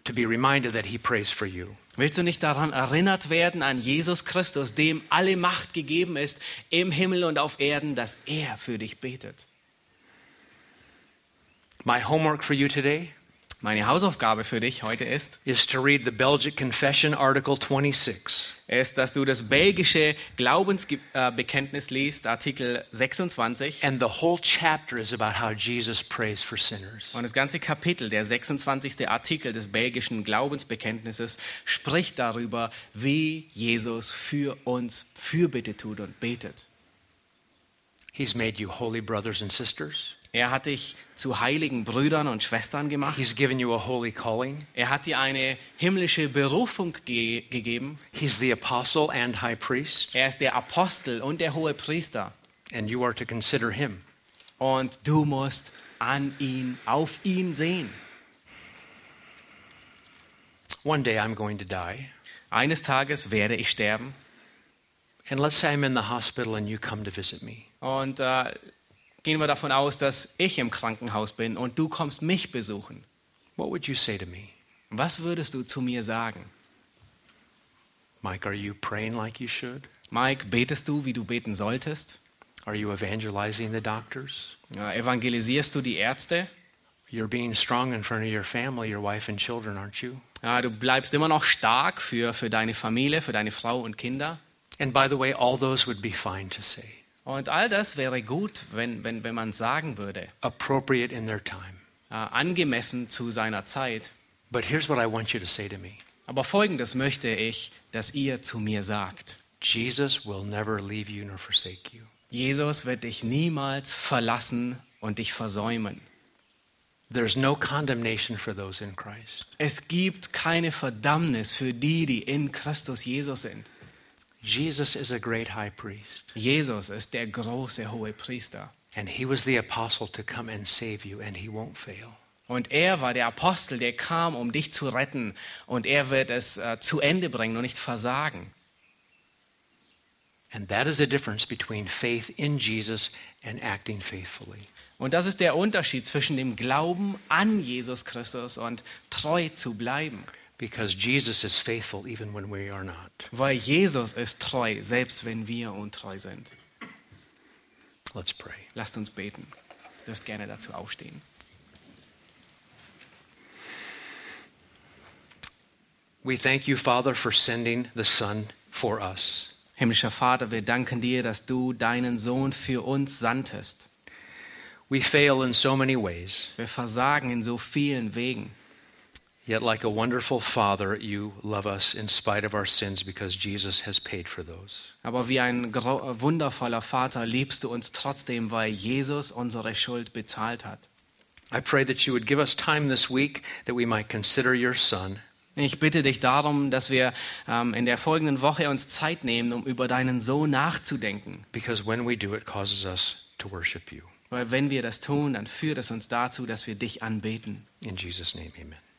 A: to be reminded that he prays for you?
B: Willst du nicht daran erinnert werden an Jesus Christus, dem alle Macht gegeben ist im Himmel und auf Erden, dass er für dich betet?
A: My homework for you today
B: Meine Hausaufgabe für dich heute ist,
A: is to read the Belgic Confession, Article 26.
B: ist, dass du das belgische Glaubensbekenntnis liest, Artikel 26.
A: And the whole chapter is about how Jesus prays for sinners.
B: Und das ganze Kapitel, der 26. Artikel des belgischen Glaubensbekenntnisses, spricht darüber, wie Jesus für uns Fürbitte tut und betet.
A: He's made you holy brothers and sisters.
B: Er hat dich zu heiligen Brüdern und Schwestern gemacht.
A: He's given you a holy calling.
B: Er hat dir eine himmlische Berufung ge gegeben.
A: He's the apostle and high priest,
B: Er ist der Apostel und der hohe Priester.
A: and you are to consider him.
B: Und du musst an ihn, auf ihn sehen.
A: One day I'm going to die.
B: Eines Tages werde ich sterben.
A: And let's say I'm in the hospital and you come to visit me.
B: Und äh, gehen wir davon aus, dass ich im Krankenhaus bin und du kommst mich besuchen.
A: What would you say to me?
B: Was würdest du zu mir sagen?
A: Mike, are you praying like you should?
B: Mike, betest du, wie du beten solltest?
A: Are you evangelizing the doctors?
B: Äh, evangelisierst du die Ärzte?
A: You're being strong in front of your family, your wife and children, aren't you?
B: Ja, du bleibst immer noch stark für, für deine Familie, für deine Frau und Kinder.
A: And by the way, all those would be fine to say,
B: Und all das wäre gut, wenn, wenn, wenn man sagen würde,
A: appropriate in their time.
B: äh, angemessen zu seiner Zeit.
A: But here's what I want you to say to me
B: Aber folgendes möchte ich, dass ihr zu mir sagt.
A: Jesus will never leave you nor forsake you.
B: Jesus wird dich niemals verlassen und dich versäumen.
A: There's no condemnation for those in Christ.
B: Es gibt keine Verdammnis für die, die in Christus Jesus sind.
A: Jesus is a great high priest,
B: Jesus ist der große hohe Priester.
A: and he was the apostle to come and save you, and he won't fail.
B: Und er war der Apostel, der kam, um dich zu retten. Und er wird es äh, zu Ende bringen und nicht versagen.
A: And that is the difference between faith in Jesus and acting faithfully.
B: Und das ist der Unterschied zwischen dem Glauben an Jesus Christus und treu zu bleiben.
A: Because Jesus is faithful even when we are not.
B: Weil Jesus ist treu, selbst wenn wir untreu sind.
A: Let's pray.
B: Lasst uns beten. Ihr dürft gerne dazu aufstehen.
A: We thank you, Father, for sending the Son for us.
B: Himmlischer Vater, wir danken dir, dass du deinen Sohn für uns sandtest.
A: We fail in so many ways,
B: Wir versagen in so vielen Wegen.
A: yet, like a wonderful Father, you love us in spite of our sins because Jesus has paid for those.
B: Aber wie ein gro- wundervoller Vater liebst du uns trotzdem, weil Jesus unsere Schuld bezahlt hat.
A: I pray that you would give us time this week that we might consider your Son,
B: Ich bitte dich darum, dass wir ähm, in der folgenden Woche uns Zeit nehmen, um über deinen Sohn nachzudenken.
A: because when we do, it causes us to worship you.
B: Weil wenn wir das tun, dann führt es uns dazu, dass wir dich anbeten.
A: In Jesus' name, amen.